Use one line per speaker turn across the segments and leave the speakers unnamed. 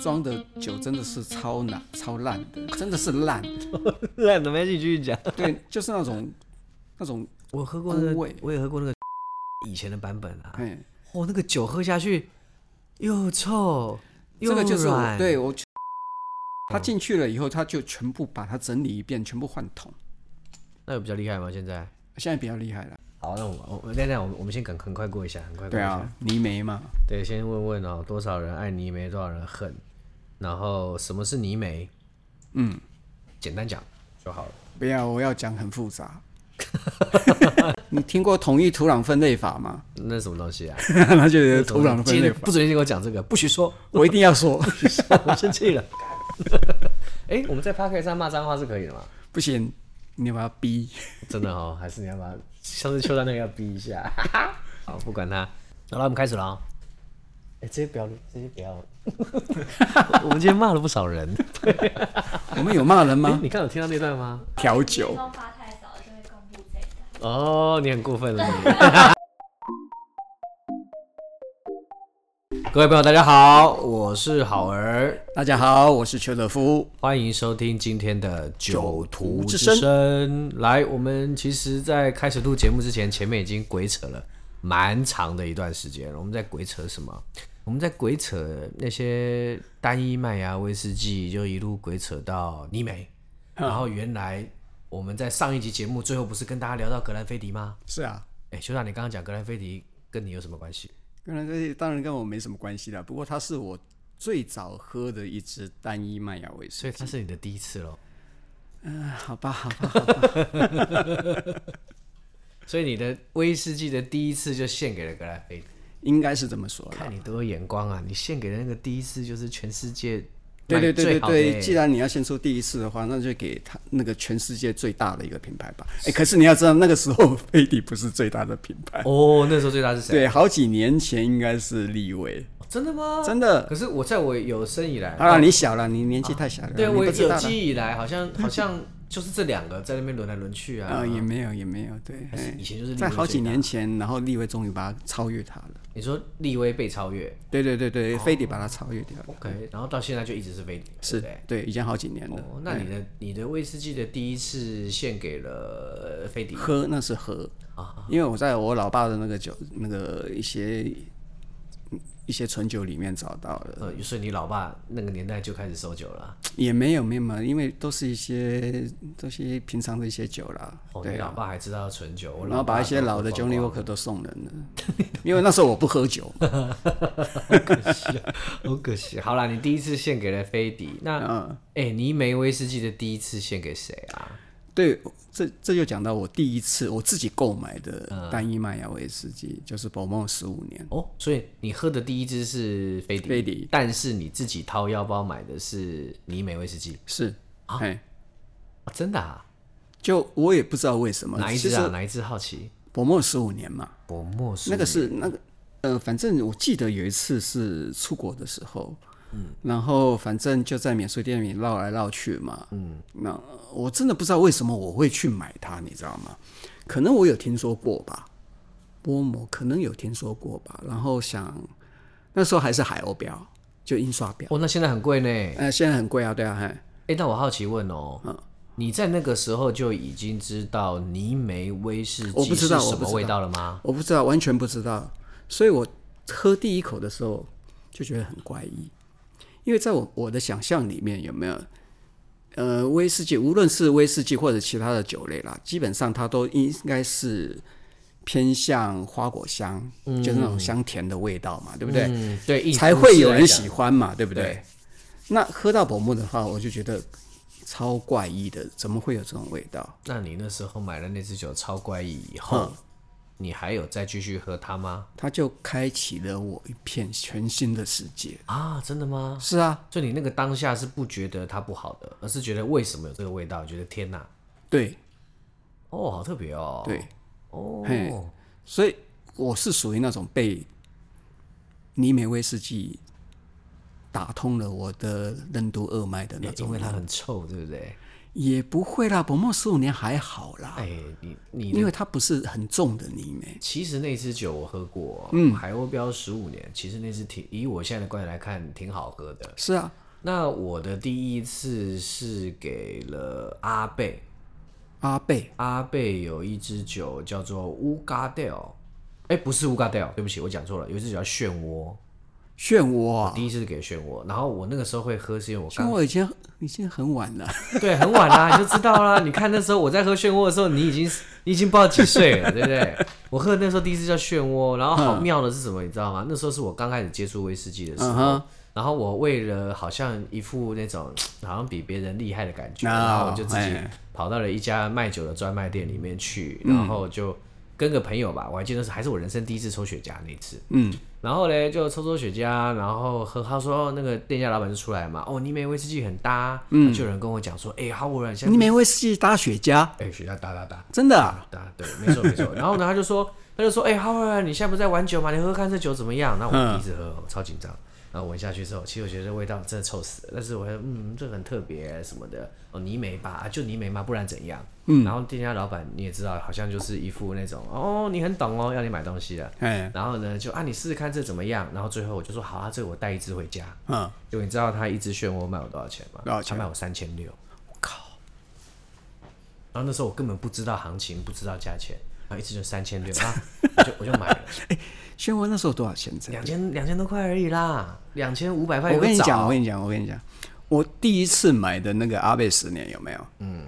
装的酒真的是超难、超烂的，真的是烂。
烂的没事，继续讲。
对，就是那种那种，
我喝过那
工
个
位，
我也喝过那个 以前的版本啊。
哎，
哦，那个酒喝下去又臭又
这个就是我
软，
对我，他进去了以后，他就全部把它整理一遍，全部换桶。
那有比较厉害吗？现在？
现在比较厉害了，
好，那我我等一下，我们我们先赶，很快过一下，很快过
对
一下。
啊，泥煤嘛，
对，先问问哦，多少人爱泥煤，多少人恨？然后什么是泥煤？
嗯，
简单讲就好了。
不要，我要讲很复杂。 你听过统一土壤分类法吗？
那是什么东西啊？
那就是土壤的分
接
类
着
法，
不准你跟我讲这个，不许说，
我一定要说，
我生气了。 哎、我们在 p a r k 上骂脏话是可以的吗？
不行，你要把它逼。
真的哦，还是你要把上次秋丹那个要逼一下。 好，不管他，好了，我们开始了哦。哎、直接不要录，直接不要。 我们今天骂了不少人。
我们有骂人
哎
吗？
你刚有听到那段吗？
调酒，
都发太少了就会公布这个。
哦，你很过分了 你。各位朋友，大家好，我是好儿，
大家好，我是邱德夫。
欢迎收听今天的酒徒之
酒徒之
声。来，我们其实，在开始录节目之前，前面已经鬼扯了蛮长的一段时间了。我们在鬼扯什么？我们在鬼扯那些单一麦芽威士忌，就一路鬼扯到泥煤。然后原来我们在上一集节目最后不是跟大家聊到格兰菲迪吗？
是啊，
哎，学长，你刚刚讲格兰菲迪跟你有什么关系？
当然这当然跟我没什么关系啦，不过它是我最早喝的一支单一麦芽威士
所以它是你的第一次喽。
忌。好吧，好吧，
所以你的威士忌的第一次就献给了格兰菲迪。
应该是这么说 啦。
看你多有眼光啊！你献给的那个第一次就是全世界
对对
卖
对对
最好的
对，
欸
既然你要献出第一次的话，那就给他那个全世界最大的一个品牌吧。哎，可是你要知道，那个时候飞迪不是最大的品牌，
哦，那时候最大是谁？
对，好几年前应该是立威，
真的吗？
真的。
可是我在我有生以来，哦
好了，你小了，你年纪太小了，
对
你
我
不知道
有
了
记忆以来，好像好像就是这两个在那边轮来轮去啊。
啊，也没有也没有，对，哎
以前就是立威
在好
最
几
大
年前，然后立威终于把它超越它了。
你说立威被超越
对对对对，非得把它超越掉了。
哦，OK，然后到现在就一直是飞迪，对
是嗯
不对
对，已经好几年了。哎
哦，那你的你的威士忌的第一次献给了菲迪
喝那是喝
啊，
因为我在我老爸的那个酒那个一些一些醇酒里面找到了，
呃，所以你老爸那个年代就开始收酒了啊。
也没有没有嘛，因为都是一些都是一些平常的一些酒啦。
哦，你
对，啊
老爸还知道要存酒，我
然后
爸
把一些
都
老的
喝光
Johnny
光
Walker 都送人了，因为那时候我不喝酒。
好可惜。好啦，你第一次献给了菲迪，那
嗯
哎、泥梅威士忌的第一次献给谁啊？
对，这这就讲到我第一次我自己购买的单一麦芽威士忌，就是 b o m o 十五年。
嗯哦，所以你喝的第一支是菲迪，
菲迪
但是你自己掏腰包买的是泥梅威士忌，
是，哎，
啊、真的啊？
就我也不知道为什么，
哪一
哦其
支
实
啊？哪一支？好奇。
伯莫十五年嘛，
薄墨水
那个是那个呃，反正我记得有一次是出国的时候，嗯，然后反正就在免税店里绕来绕去嘛，嗯，那我真的不知道为什么我会去买它，你知道吗？可能我有听说过吧，波摩可能有听说过吧，然后想那时候还是海鸥标，就印刷标，
哦，那现在很贵呢。哎、
呃，现在很贵啊，对啊，嘿，
那我好奇问哦。
嗯
你在那个时候就已经知道泥梅威士
我
忌
不
是
知道
什
我不
么
知
味道了吗？
我不知道，完全不知道。所以我喝第一口的时候就觉得很怪异，因为在我我的想象里面有没有，呃，威士忌，无论是威士忌或者其他的酒类啦，基本上它都应该是偏向花果香，就是那种香甜的味道嘛，对不对？
嗯，对，以
才
都
会
市
有
来
人
讲
喜欢嘛，对不对？
对
那喝到薄木的话，我就觉得超怪异的，怎么会有这种味道？
那你那时候买了那支酒超怪异以后，你还有再继续喝它吗？
它就开启了我一片全新的世界。
啊，真的吗？
是啊，
所以你那个当下是不觉得它不好的，而是觉得为什么有这个味道？觉得天哪，
对
哦，好特别哦。
对，嘿
哦，
所以我是属于那种被尼美威士忌打通了我的任督二脉的那
因
种
为
人，
哎它很臭，对不对？
也不会啦，本末十五年还好啦，
哎、你你
因为它不是很重的泥煤。
其实那支酒我喝过，嗯，海鸥标十五年，其实那支挺以我现在的观点来看挺好喝的。
是啊，
那我的第一次是给了阿贝，
阿贝
阿贝有一支酒叫做乌嘎调，哎，不是乌嘎调，对不起，我讲错了，有一支酒叫漩涡，
漩涡啊，
第一次是给漩涡，然后我那个时候会喝是因为我
漩
刚
涡已经已经很晚 了，
对，很晚啦，你就知道啦。你看那时候我在喝漩涡的时候，你已经你已经不知道几岁了，对不对？我喝的那时候第一次叫漩涡，然后好妙的是什么，你知道吗？那时候是我刚开始接触威士忌的时候。
嗯哼
然后我为了好像一副那种好像比别人厉害的感觉
哦
然后我就自己
哎嗯
跑到了一家卖酒的专卖店里面去，然后就跟个朋友吧，我还记得是还是我人生第一次抽雪茄那次，
嗯，
然后嘞，就抽抽雪茄，啊然后喝。他说哦那个店家老板就出来嘛，哦，泥煤威士忌很搭。嗯，就有人跟我讲说，哎、好我人现在
泥煤威士忌搭雪茄，
哎、雪茄搭搭搭
真的啊，
搭，对，没错没错。然后呢，他就说， 他就说，哎、好人你现在不是在玩酒吗？你喝喝看这酒怎么样？那我
嗯
第一次喝，我超紧张。然后闻下去之后，其实我觉得这味道真的臭死了，但是我还嗯，这很特别什么的哦，泥煤吧，啊就泥煤嘛，不然怎样？嗯，然后店家老板你也知道，好像就是一副那种哦，你很懂哦，要你买东西了。
哎，
然后呢，就啊，你试试看这怎么样？然后最后我就说好啊，这个我带一支回家。
嗯，
就你知道他一支漩涡卖我多少钱吗？
多少钱
他卖我三千六。我靠！然后那时候我根本不知道行情，不知道价钱，然后一支就 三千六啊，我就我就买了，
漩涡那时候多少钱？这
两千两千多块而已啦，两千五百块
我跟你
有找
讲，我跟你讲，我跟你讲，我第一次买的那个阿贝十年有没有？嗯，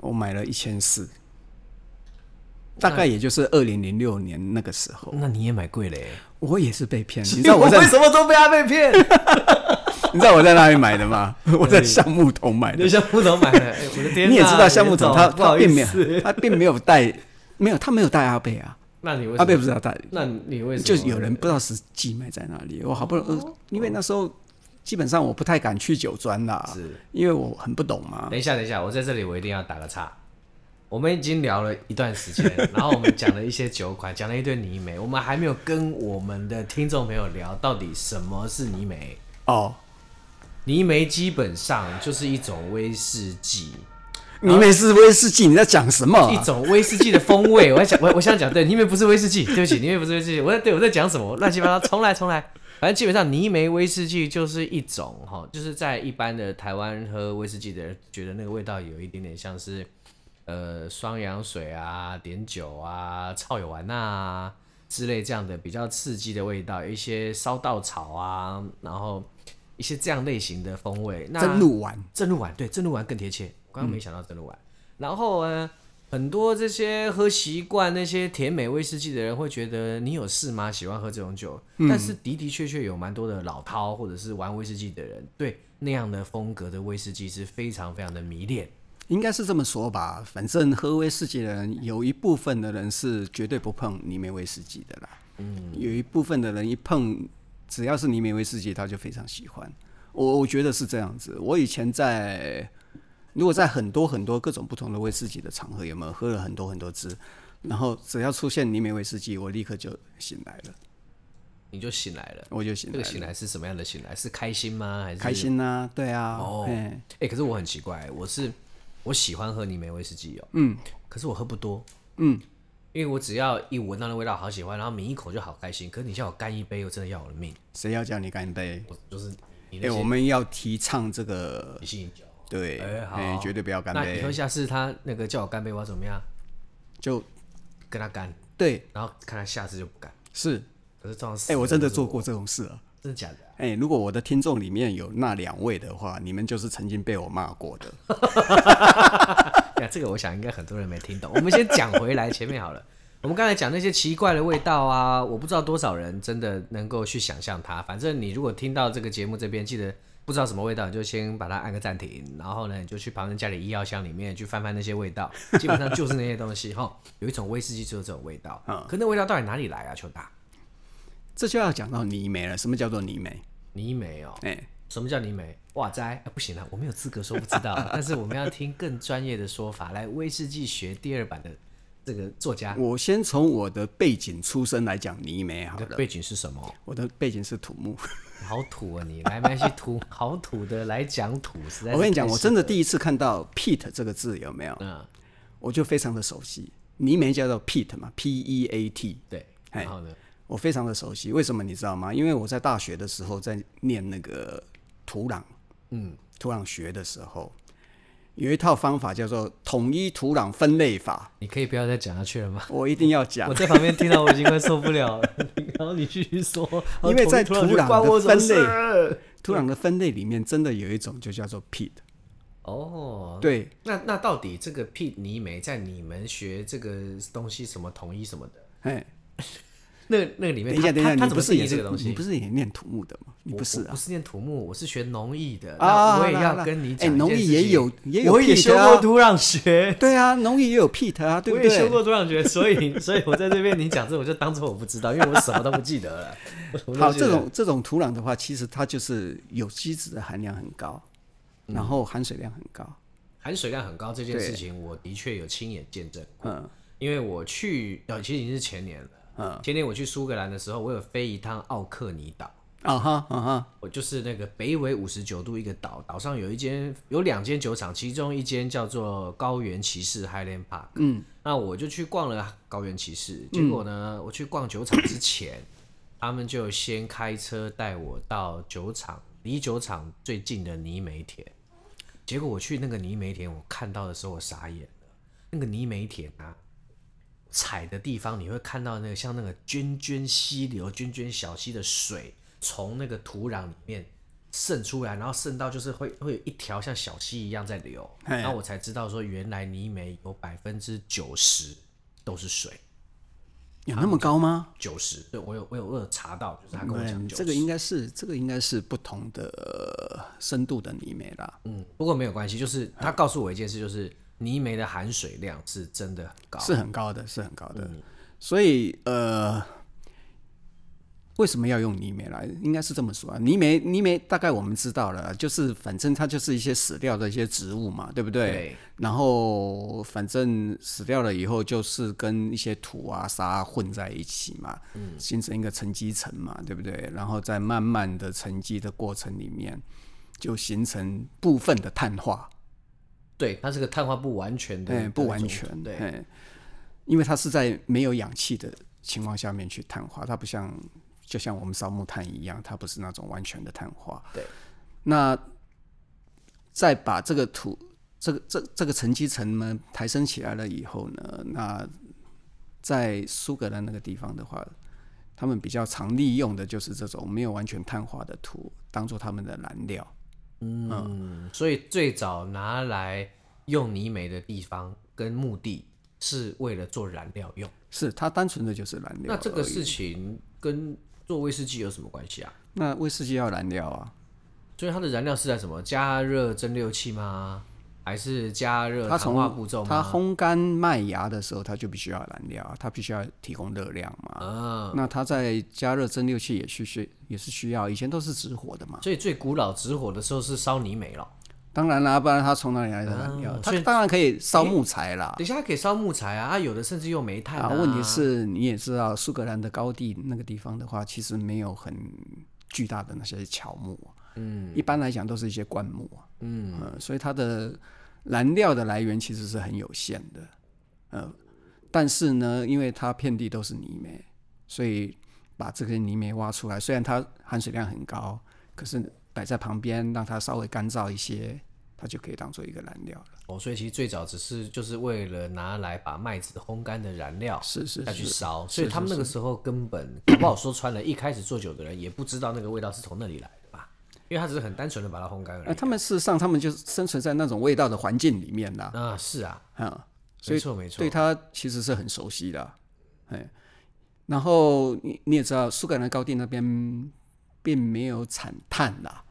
我买了一千四，大概也就是二零零六年那个时候，
那你也买贵嘞、
我也是被 骗。你知道我在
为什么都被他被骗？
你知道我在哪里买的 吗？我在橡木桶买
你
的。
像木头买的，哎我的天哪！
你也知道橡木
总
桶它
不好
它
意
并没有
思，
它并没有带，没有它没有带阿贝啊，
那你为什
阿
么
贝不是要带，
那你为什么哦
就是有人不知道实际买在哪里。我好不容易，呃因为那时候基本上我不太敢去酒庄啦，
是
因为我很不懂嘛。
等一下，等一下，我在这里我一定要打个岔。我们已经聊了一段时间，然后我们讲了一些酒款，讲了一堆泥煤，我们还没有跟我们的听众朋友聊到底什么是泥煤。
哦，
泥煤基本上就是一种威士忌，
你没事威士忌，你在讲什么啊、
啊一种威士忌的风味。我在讲，我我想讲，对，泥煤不是威士忌，对不起，泥煤不是威士忌，我在对我在讲什么？乱七八糟，重来重来。反正基本上泥煤威士忌就是一种哈，就是在一般的台湾喝威士忌的人觉得那个味道有一点点像是呃双氧水啊、碘酒啊、草友丸呐、啊、之类这样的比较刺激的味道，有一些烧稻草啊，然后一些这样类型的风味。那
真鹿丸，
正露丸，对，正露丸更贴切。我刚刚没想到正露丸。然后呢，很多这些喝习惯那些甜美威士忌的人会觉得你有事吗？喜欢喝这种酒，但是的的确确有蛮多的老饕或者是玩威士忌的人，对那样的风格的威士忌是非常非常的迷恋。
应该是这么说吧。反正喝威士忌的人，有一部分的人是绝对不碰泥煤威士忌的啦。嗯，有一部分的人一碰，只要是泥煤威士忌，他就非常喜欢。我我觉得是这样子。我以前在，如果在很多很多各种不同的威士忌的场合，有没有喝了很多很多支？然后只要出现泥煤威士忌，我立刻就醒来了，
你就醒来了，
我就醒
这
来
个
了，
醒来是什么样的醒来？是开心吗？还是
开？心啊，对啊，
哦，哎
嘿、
可是我很奇怪，我是我喜欢喝泥煤威士忌哦，嗯，可是我喝不多，
嗯，
因为我只要一闻到那味道好喜欢，然后抿一口就好开心。可是你叫我干一杯，我真的要我的命。
谁要叫你干杯？
我就是你
哎、
那
我
些
们要提倡这个
理性饮酒，
对，
哎好
哎绝对不要干
那以后
杯，
下次他那个叫我干杯，我要怎么样？
就
跟他干，
对，
然后看他下次就不干。
是，
可是这种死
哎，我
人
真的
是
做过这种事啊。
真的假的？
哎，如果我的听众里面有那两位的话，你们就是曾经被我骂过的。
呀，这个我想应该很多人没听懂。我们先讲回来前面好了。我们刚才讲那些奇怪的味道啊，我不知道多少人真的能够去想象它。反正你如果听到这个节目这边，记得不知道什么味道，你就先把它按个暂停，然后呢，你就去旁边家里医药箱里面去翻翻那些味道，基本上就是那些东西哈。有一种威士忌就是这种味道，可那味道到底哪里来啊？邱大，
这就要讲到泥煤了。什么叫做泥煤？
泥煤哦，
哎，
什么叫泥煤？哇塞、啊不行啊了，我没有资格说不知道，但是我们要听更专业的说法。来，威士忌学第二版的这个作家，
我先从我的背景出身来讲泥煤好
你
了
的，背景是什么？
我的背景是土木。
好土啊你！来，没关系，土好土的来讲土，实哎在是
我跟你讲，
太
我
适
真的第一次看到 Pete 这个字有没有？
嗯，
我就非常的熟悉。泥煤叫做 Pete 嘛，P E A T，
对，
哎
然后呢？
我非常的熟悉。为什么你知道吗？因为我在大学的时候在念那个土壤，嗯，土壤学的时候，有一套方法叫做统一土壤分类法，
你可以不要再讲下去 了吗？
我一定要讲
我。在旁边听到我已经快受不了 了，然后你继续说，哦
因为在
土
土壤的
关我什么事
土壤的分类里面真的有一种就叫做 Pete，
哦，
对，
那那到底这个屁泥煤在你们学这个东西什么统一什么的，
哎，
那那个里面
等一下，
它
等一下，
它它
你
怎
不
么
是
定
也
义这
是
个东西？
你不是也念土木的吗？你
我
不是
我
啊
不？是念土木，我是学农艺的。
啊
那我也
好啦好
要
啦
跟你
哎
讲一件事情，
农艺也有也有
我也
Pete
修
啊
过土壤学，
对啊，农业也有 Pete 啊，对不
我也修
对？
过土壤学，所以所以我在这边你讲这，我就当做我不知道，因为我什么都不记得了。 我都
好，
记得
这种这种土壤的话，其实它就是有机质的含量很高，
嗯
然后含水量很高。
含水量很高这件
对
事情，我的确有亲眼见证。
嗯，
因为我去，呃，其实已经是前年了。嗯，前年我去苏格兰的时候，我有飞一趟奥克尼岛，
啊哈啊哈，
我就是那个北纬五十九度一个岛，岛上有一间有两间酒厂，其中一间叫做高原骑士 Highland Park。嗯，那我就去逛了高原骑士，结果呢，我去逛酒厂之前，他们就先开车带我到酒厂离酒厂最近的泥煤田。结果我去那个泥煤田，我看到的时候我傻眼了，那个泥煤田啊。踩的地方，你会看到那个像那个涓涓溪流、涓涓小溪的水从那个土壤里面渗出来，然后渗到就是会会有一条像小溪一样在流。
嘿
然后我才知道说，原来泥煤有百分之九十都是水，
有那么高吗？
九十。对我有我有我有查到，就是他跟我讲
嗯，
九
这
十、
个应该是这个应该是不同的呃深度的泥煤啦，
嗯，不过没有关系，就是他告诉我一件事，就是泥煤的含水量是真的很高。
是很高的，是很高的。
嗯
所以呃，为什么要用泥煤来？应该是这么说啊，泥煤泥煤大概我们知道了，就是反正它就是一些死掉的一些植物嘛，对不对？
对
然后反正死掉了以后，就是跟一些土啊、沙啊混在一起嘛，形成一个沉积层嘛，对不对？然后在慢慢的沉积的过程里面，就形成部分的碳化，
对，它是个碳化不完全的一
哎，
个种族，
不完全，
对，
哎，因为它是在没有氧气的情况下面去碳化，它不像就像我们烧木炭一样，它不是那种完全的碳化。
对，
那再把这个土这个这这个沉积层呢抬升起来了以后呢，那在苏格兰那个地方的话，他们比较常利用的就是这种没有完全碳化的土，当做他们的燃料。
所以最早拿来用泥煤的地方跟目的是为了做燃料用。
是它单纯的就是燃料而已。
那这个事情跟做威士忌有什么关系啊？
那威士忌要燃料啊，
所以它的燃料是在什么加热蒸馏器吗？还是加热
它
糖
从
化步骤
它
吗？
烘干麦芽的时候，它就必须要燃料啊，它必须要提供热量嘛。
啊，
那它在加热蒸馏器也需需也是需要，以前都是直火的嘛。
所以最古老直火的时候是烧泥煤了。
当然啦，不然它从哪里来的燃料？
啊
它
所以
当然可以烧木材啦。
啊等一下它可以烧木材啊，啊有的甚至用煤炭
啊，问题是你也知道，苏格兰的高地那个地方的话，其实没有很巨大的那些乔木、嗯，一般来讲都是一些灌木、啊，嗯、所以它的燃料的来源其实是很有限的，呃，但是呢，因为它遍地都是泥煤，所以把这些泥煤挖出来，虽然它含水量很高，可是摆在旁边让它稍微干燥一些，它就可以当做一个燃料了。
哦，所以其实最早只是就是为了拿来把麦子烘干的燃料，
是是
哦再去
是，
烧，
是
所以他们那个时候根本搞不好说穿了，一开始做酒的人也不知道那个味道是从那里来的吧，因为他只是很单纯的把它烘干而
呃，
已。
他们事实上他们就是生存在那种味道的环境里面啦、
啊，是啊，
啊，所
没
以
错没错
对，它其实是很熟悉的啊、哎，然后你你也知道，苏格兰高地那边并没有产碳啦，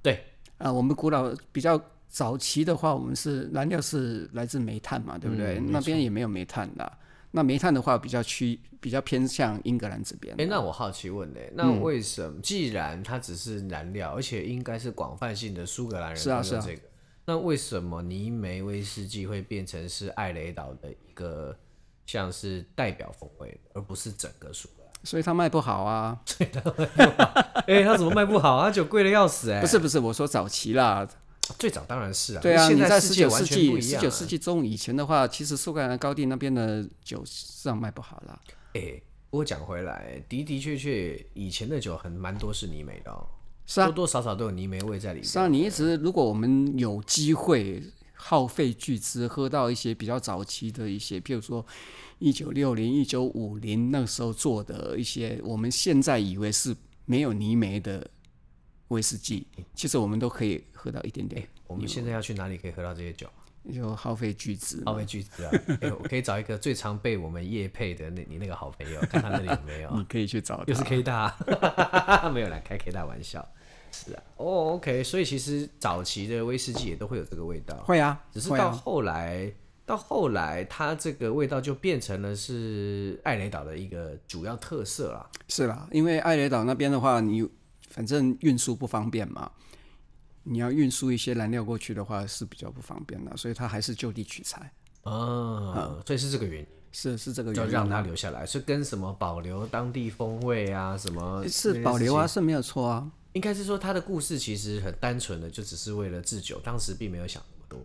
对，
啊，我们古老比较早期的话，我们是燃料是来自煤炭嘛，对不
嗯
对？那边也没有煤炭啦。那煤炭的话，比较趋比较偏向英格兰这边啊嗯
哎、。那我好奇问呢、那为什么既然它只是燃料，而且应该是广泛性的苏格兰人
是啊
都用
是
这个，那为什么泥煤威士忌会变成是艾雷岛的一个像是代表风味的，而不是整个数的。
所以它卖不好啊。
哎、它怎么卖不好啊？酒贵的要死哎、
不是不是，我说早期啦，
最早当然是啊，
对啊，
现
你
在
十
界
九世
完全
纪
不一
十
样、啊。
九世，纪中以前的话，其实苏格兰高地那边的酒市场卖不好啦。
哎、不过讲回来，的的确确，以前的酒很蛮多是泥煤的哦，
是啊
多，多少少都有泥煤味在里面。
是啊，你一直如果我们有机会耗费巨资喝到一些比较早期的一些，譬如说一九六零、一九五零那时候做的一些，我们现在以为是没有泥煤的威士忌，其实我们都可以喝到一点点，
我们现在要去哪里可以喝到这些酒？
就耗费巨资嘛。
好味巨子啊！哎我可以找一个最常被我们夜配的那你那个好朋友，看他那里有没有。
哦你可以去找
又是
他。
K 大， 没有啦，开 K 大玩笑。是啊，哦、o k 所以其实早期的威士忌也都会有这个味道，
会啊，
只是
会
到
啊，
后来，到后来它这个味道就变成了是艾雷岛的一个主要特色啦。
是啦，因为艾雷岛那边的话，你反正运输不方便嘛，你要运输一些燃料过去的话是比较不方便的，所以他还是就地取材。
啊，所以是这个原因，
是是哦嗯这个
就
原因
让
吗
它留下来，是跟什么保留当地风味啊，什么
是保留
啊。
啊，是没有错啊。
应该是说他的故事其实很单纯的，就只是为了制酒，当时并没有想那么多，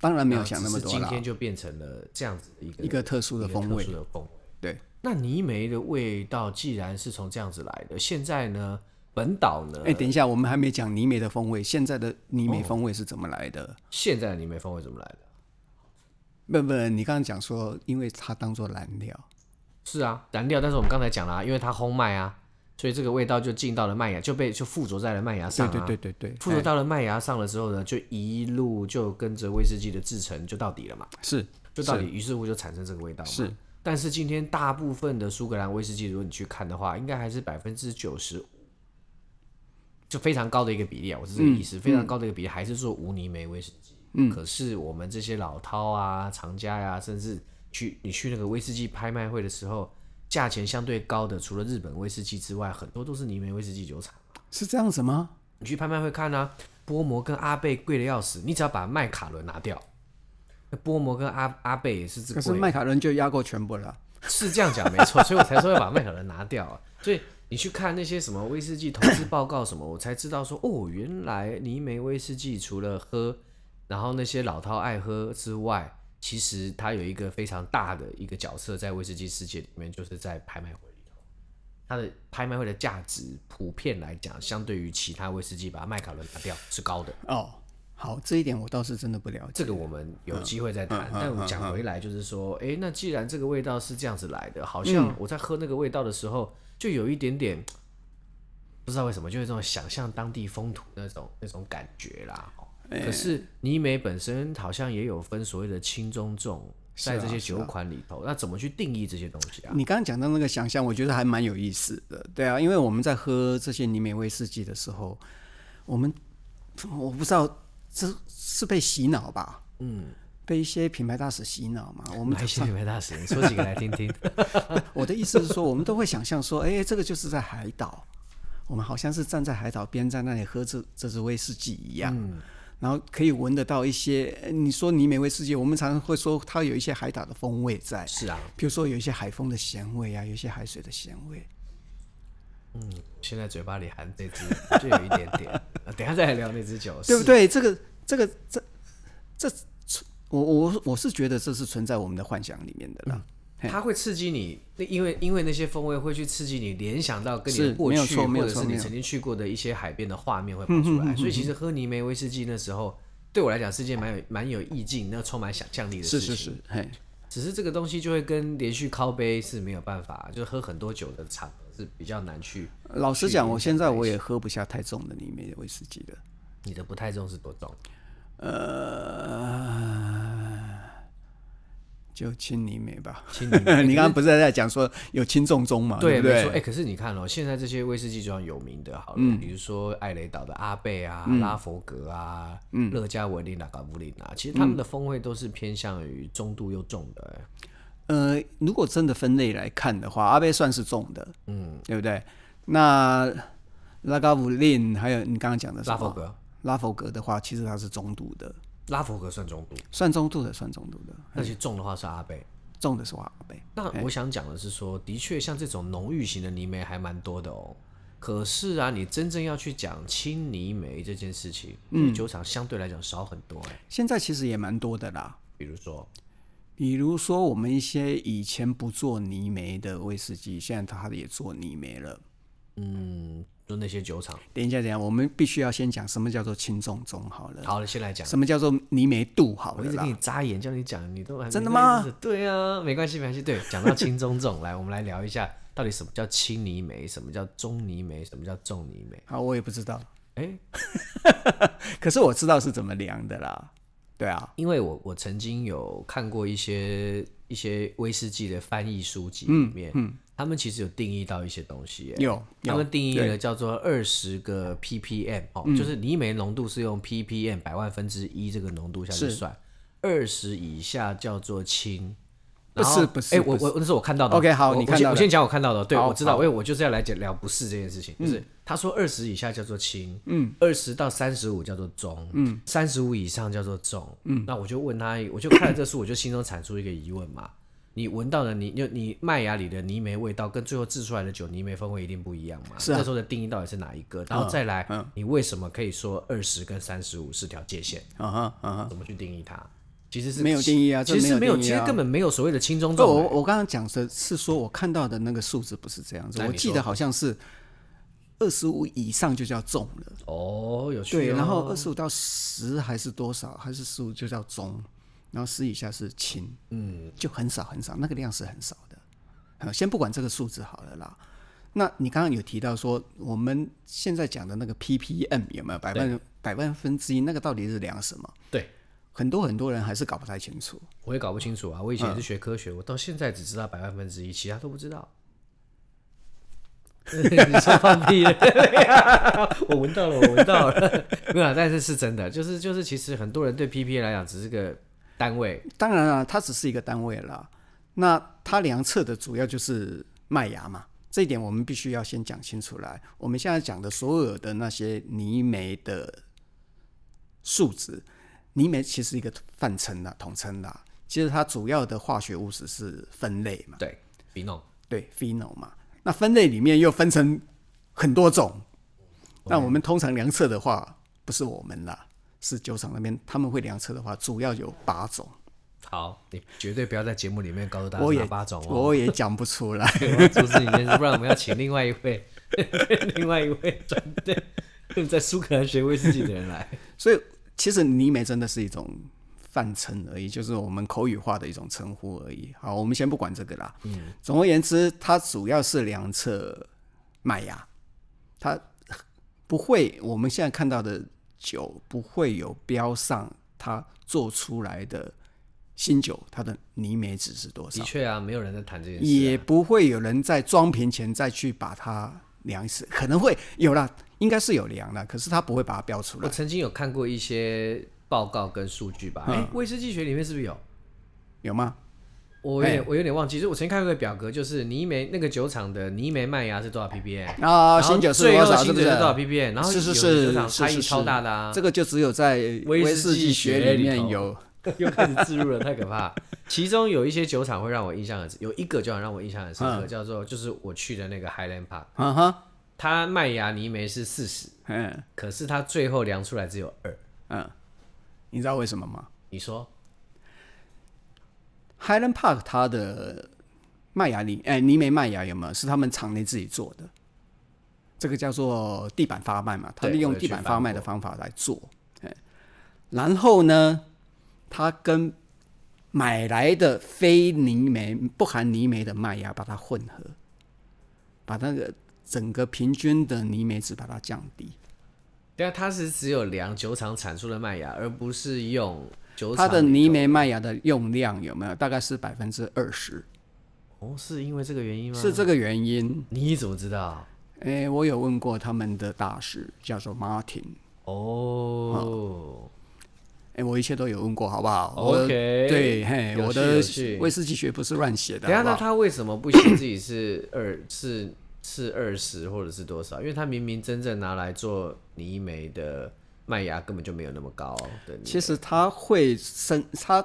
当然没有想那么
啊只
多
是今
啦。
天就变成了这样子一个
一个特殊的风味
一个特殊的风味。
对，
那泥煤的味道既然是从这样子来的，现在呢，本岛呢，
哎、等一下，我们还没讲泥煤的风味，现在的泥煤风味是怎么来的？
现在的泥煤风味怎么来的？
不不，你刚刚讲说，因为它当做燃料，
是啊，燃料，但是我们刚才讲了、啊，因为它烘麦啊，所以这个味道就进到了麦芽，就被就附着在了麦芽上、
对
啊。
对对哎对对，
附着到了麦芽上了之后呢，就一路就跟着威士忌的制成就到底了嘛。
哎是
就到底于是乎就产生这个味道嘛。
是，
但是今天大部分的苏格兰威士忌，如果你去看的话，应该还是百分之九十五，就非常高的一个比例啊，我是这个意思，非常高的一个比例还是做无泥煤威士忌。嗯，可是我们这些老饕啊、藏家呀、甚至去你去那个威士忌拍卖会的时候，价钱相对高的，除了日本威士忌之外，很多都是泥煤威士忌酒厂。
是这样子吗？
你去拍卖会看啊，波摩跟阿贝贵的要死，你只要把麦卡伦拿掉，那波摩跟阿阿贝也是这
可是麦卡伦就压过全部了。
是这样讲没错，所以我才说要把麦卡伦拿掉啊。所以你去看那些什么威士忌投资报告什么，我才知道说哦，原来泥煤威士忌除了喝，然后那些老饕爱喝之外，其实它有一个非常大的一个角色在威士忌世界里面，就是在拍卖会里头。它的拍卖会的价值普遍来讲，相对于其他威士忌，把麦卡伦拿掉是高的。
哦，好，这一点我倒是真的不了解。
这个我们有
嗯
机会再谈。但我讲回来，就是说，诶，那既然这个味道是这样子来的，好
嗯
像我在喝那个味道的时候，就有一点点不知道为什么，就有一种想象当地风土那种那种感觉啦。哦
哎
可是泥煤本身好像也有分所谓的轻中重，
是啊
在这些酒
是啊嗯
款里头，那怎么去定义这些东西啊？
你刚刚讲到那个想象，我觉得还蛮有意思的。对啊，因为我们在喝这些泥煤威士忌的时候，我们我不知道这是被洗脑吧？嗯，被一些品牌大使洗脑嘛。我们
哪一些品牌大使，你说几个来听 听。
我的意思是说，我们都会想象说， 哎，这个就是在海岛，我们好像是站在海岛边，在那里喝这这支威士忌一样。然后可以闻得到一些，呃你说泥煤威士忌，我们常常会说它有一些海岛的风味在，
是啊，
比如说有一些海风的咸味啊，有一些海水的咸味。
嗯现在嘴巴里含这支，就有一点点。啊等一下再来聊那支酒，
对不
是？
对？这个这个这这存，我我我是觉得这是存在我们的幻想里面的
嗯
啦。
它会刺激你，那因为因为那些风味会去刺激你联想到跟你
是
的过
没有
去，
错没
或
有
者
错
是
没
你
有嗯
曾经去过的一些海边的画面会跑出来。所以其实喝泥煤威士忌那时候，对我来讲是件蛮有蛮有意境，那充满想象力的事
是是
情。
是，嘿，
只是这个东西就会跟连续靠杯是没有办法，就是喝很多酒的场合是比较难去。
老实讲，我
去
现在我也喝不下太重的里面的威士忌了。
你的不太重是多重？
呃，就青泥梅吧。
青泥梅
你刚刚不是在讲说有轻重中嘛？对不
没错。哎、嗯
对？
可是你看哦，现在这些威士忌就像有名的，好了，比如说艾雷岛的阿贝啊、拉佛格啊、乐嘉维林、纳卡布林啊，其实他们的风味都是偏向于中度又重的、哎
呃，如果真的分类来看的话，阿贝算是重的，嗯，对不对？那拉嘎布林还有你刚刚讲的什么
拉佛格，
拉佛格的话，其实它是中度的。
拉佛格算中度，
算中度的，算中度的，
那些重的话是阿贝。
种的是瓦杯。
那我想讲的是说，的确像这种浓郁型的泥煤还蛮多的哦。可是啊，你真正要去讲青泥煤这件事情，嗯，酒厂相对来讲少很多哎。
现在其实也蛮多的啦，
比如说，
比如说我们一些以前不做泥煤的威士忌，现在它也做泥煤了。
嗯，就那些酒厂。
等一下，等一下，我们必须要先讲什么叫做轻重中好了，
好了，先来讲。
什么叫做泥煤度好
我
了
一直给
啦。
你眨眼，叫你讲，你都还没
真的吗
开始？对啊，没关系，没关系。对，讲到青中重， 来，我们来聊一下，到底什么叫青泥煤，什么叫中泥煤，什么叫重泥煤？
好，我也不知道，
哎，
可是我知道是怎么量的啦。对啊，
因为我我曾经有看过一些一些威士忌的翻译书籍里
嗯
面，他们其实有定义到一些东西耶，
有
他
有
们定义了叫做二十个 ppm 哦，
嗯
就是泥煤浓度是用 ppm 百万分之一这个浓度下去
是
算，二十以下叫做轻。
不
然后
是不是
哎、
不
我我那是我看到的。
OK，好
我
你
我
看
先
到
我
的
先讲我看到的，对，
好嗯
我知道，因为我就是要来讲聊不是这件事情，就是他说二十以下叫做轻，嗯，二十到三十五叫做中，嗯，三十五以上叫做重，嗯，那我就问他，我就看了这书，我就心中产出一个疑问嘛，你闻到的你就你麦芽里的泥煤味道，跟最后制出来的酒泥煤风味一定不一样嘛，
是啊嗯
那时候的定义到底是哪一个？然后再来，你为什么可以说二十跟三十五是条界限？
啊哈啊哈。
怎么去定义它？其实是
没有定义啊这
其实
没
有，
有定义
其
啊哦
实根本没有所谓的轻中
不，
重、
我我刚刚讲的是说，我看到的那个数字不是这样子，
那你
我记得好像是二十五以上就叫重了，
哦，有趣、哦。
对，然后二十五到十还是多少，还是十五就叫中，然后十以下是轻，嗯，就很少很少，那个量是很少的。好，先不管这个数字好了啦。那你刚刚有提到说，我们现在讲的那个 ppm 有没有百万百万分之一？那个到底是量什么？
对，
很多很多人还是搞不太清楚。
我也搞不清楚啊。我以前
嗯
也是学科学，我到现在只知道百万分之一，其他都不知道。 你说放屁了？ 我闻到了，我闻到了。没有啊，但是是真的，就是就是，其实很多人对 PPA 来讲只是个单位，
当然了，它只是一个单位啦。那它量测的主要就是麦芽嘛，这一点我们必须要先讲清楚来。我们现在讲的所有的那些泥煤的数值，泥煤其实是一个泛称啦、统称啦。其实它主要的化学物质是分类嘛，
对，比弄。
对，phenol 嘛。那分类里面又分成很多种。那我们通常量测的话，不是我们啦，是酒厂那边他们会量测的话，主要有八种。
好，你绝对不要在节目里面告诉大家
我
哪
也
八种哦。
我也讲不出来。
我要阻止你这件事，不然我们要请另外一位， 另外一位专 对在苏格兰学威士忌的人 来。
所以其实泥煤真的是一种泛称而已，就是我们口语化的一种称呼而已。好，我们先不管这个啦。嗯，总而言之，它主要是量测麦芽，它不会我们现在看到的酒不会有标上它做出来的新酒它的泥煤值是多
的
少，
确啊，没有人在谈这件事、啊。
也不会有人在装瓶前再去把它量一次，可能会有啦，应该是有量啦，可是它不会把它标出来
我。曾经有看过一些报告跟数据吧，
嗯
哎、威士忌学里面是不是有？
有吗？
我有点、
哎
我有点忘记，就是我曾经看过一个表格，就是泥煤那个酒厂的泥煤麦芽是多少 ppm，
啊，
然后
新酒是
最
多
后
少？是
新酒
不是
多少 ppm，然后
是是
有的
是
酒厂
是
差异
是
超大的啊，
这个就只有在
威
威
士
士
忌
忌
学
学
里
里面
头
有。
又开始置入了，太可怕。其中有一些酒厂会让我印象很，有一个酒厂让我印象很深
嗯
刻，叫做就是我去的那个 Highland Park，
啊哈，
它麦芽泥煤是四十，
嗯
可是它最后量出来只有二。
嗯，你知道为什么吗
你说
？Highland Park 它的麦芽泥，哎，泥煤麦芽有没有？是他们厂内自己做的，这个叫做地板发麦嘛，它
对
利
我
用
有
地
去
板
翻
发麦的
过
方法来做。哎，然后呢，它跟买来的非泥煤、不含泥煤的麦芽把它混合，把那个整个平均的泥煤值把它降低。
对啊，它是只有量酒厂产出的麦芽，而不是用酒厂
它的
里头
泥煤麦芽的用量有没有？大概是百分之二十，
哦，是因为这个原因吗？
是这个原因。
你怎么知道？
诶，我有问过他们的大师，叫做 Martin。
哦，
诶，我一切都有问过，好不好
OK
我对，嘿，
有趣
我的
有趣
威士忌学不是乱写的，
等一下
好不
那
好
他为什么不写自己是二是是二十或者是多少？因为他明明真正拿来做泥煤的麦芽根本就没有那么高的泥煤。
其实它会生，它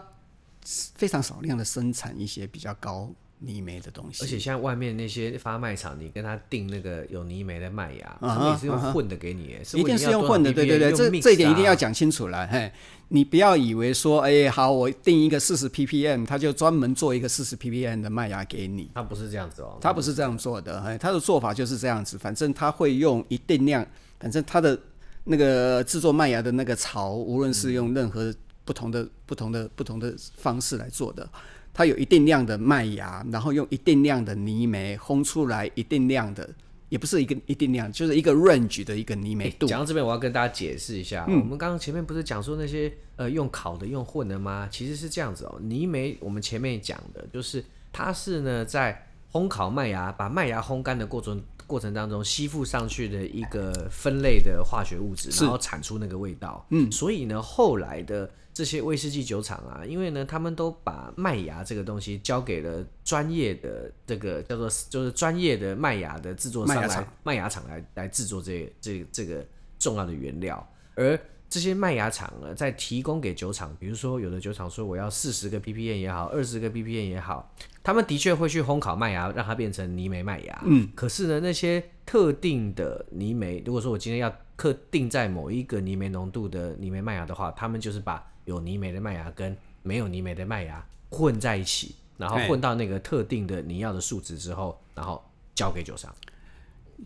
非常少量的生产一些比较高泥煤的东西。
而且像外面那些发卖场，你跟他订那个有泥煤的麦芽，
啊哈
他们也是用混的给你，
一定是用混的，对对对，这这一点一定
啊
要。讲清楚了。嘿，你不要以为说，哎、好，我定一个四十 ppm，他就专门做一个四十 ppm 的麦芽给你，
他不是这样子哦，
他不是这样做的。嘿，他的做法就是这样子，反正他会用一定量，反正他的那个制作麦芽的那个槽，无论是用任何不同的、不同的、不同的方式来做的。它有一定量的麦芽，然后用一定量的泥煤烘出来一定量的，也不是一个一定量，就是一个 range 的一个泥煤度。
讲到这边，我要跟大家解释一下，哦我们刚刚前面不是讲说那些呃用烤的、用混的吗？其实是这样子哦，泥煤我们前面讲的就是它是呢在烘烤麦芽，把麦芽烘干的过程过程当中吸附上去的一个分类的化学物质，然后产出那个味道。嗯，所以呢，后来的这些威士忌酒厂啊，因为呢他们都把麦芽这个东西交给了专业的这个叫做就是专业的麦芽的制作商
麦芽
来
厂
麦芽厂来来制作这这这个重要的原料，而这些麦芽厂呢，在提供给酒厂，比如说有的酒厂说我要四十个 ppm 也好，二十个 ppm 也好，他们的确会去烘烤麦芽，让它变成泥煤麦芽。嗯，可是呢，那些特定的泥煤，如果说我今天要特定在某一个泥煤浓度的泥煤麦芽的话，他们就是把有泥煤的麦芽跟没有泥煤的麦芽混在一起，然后
嘿
混到那个特定的你要的数值之后，然后交给酒商。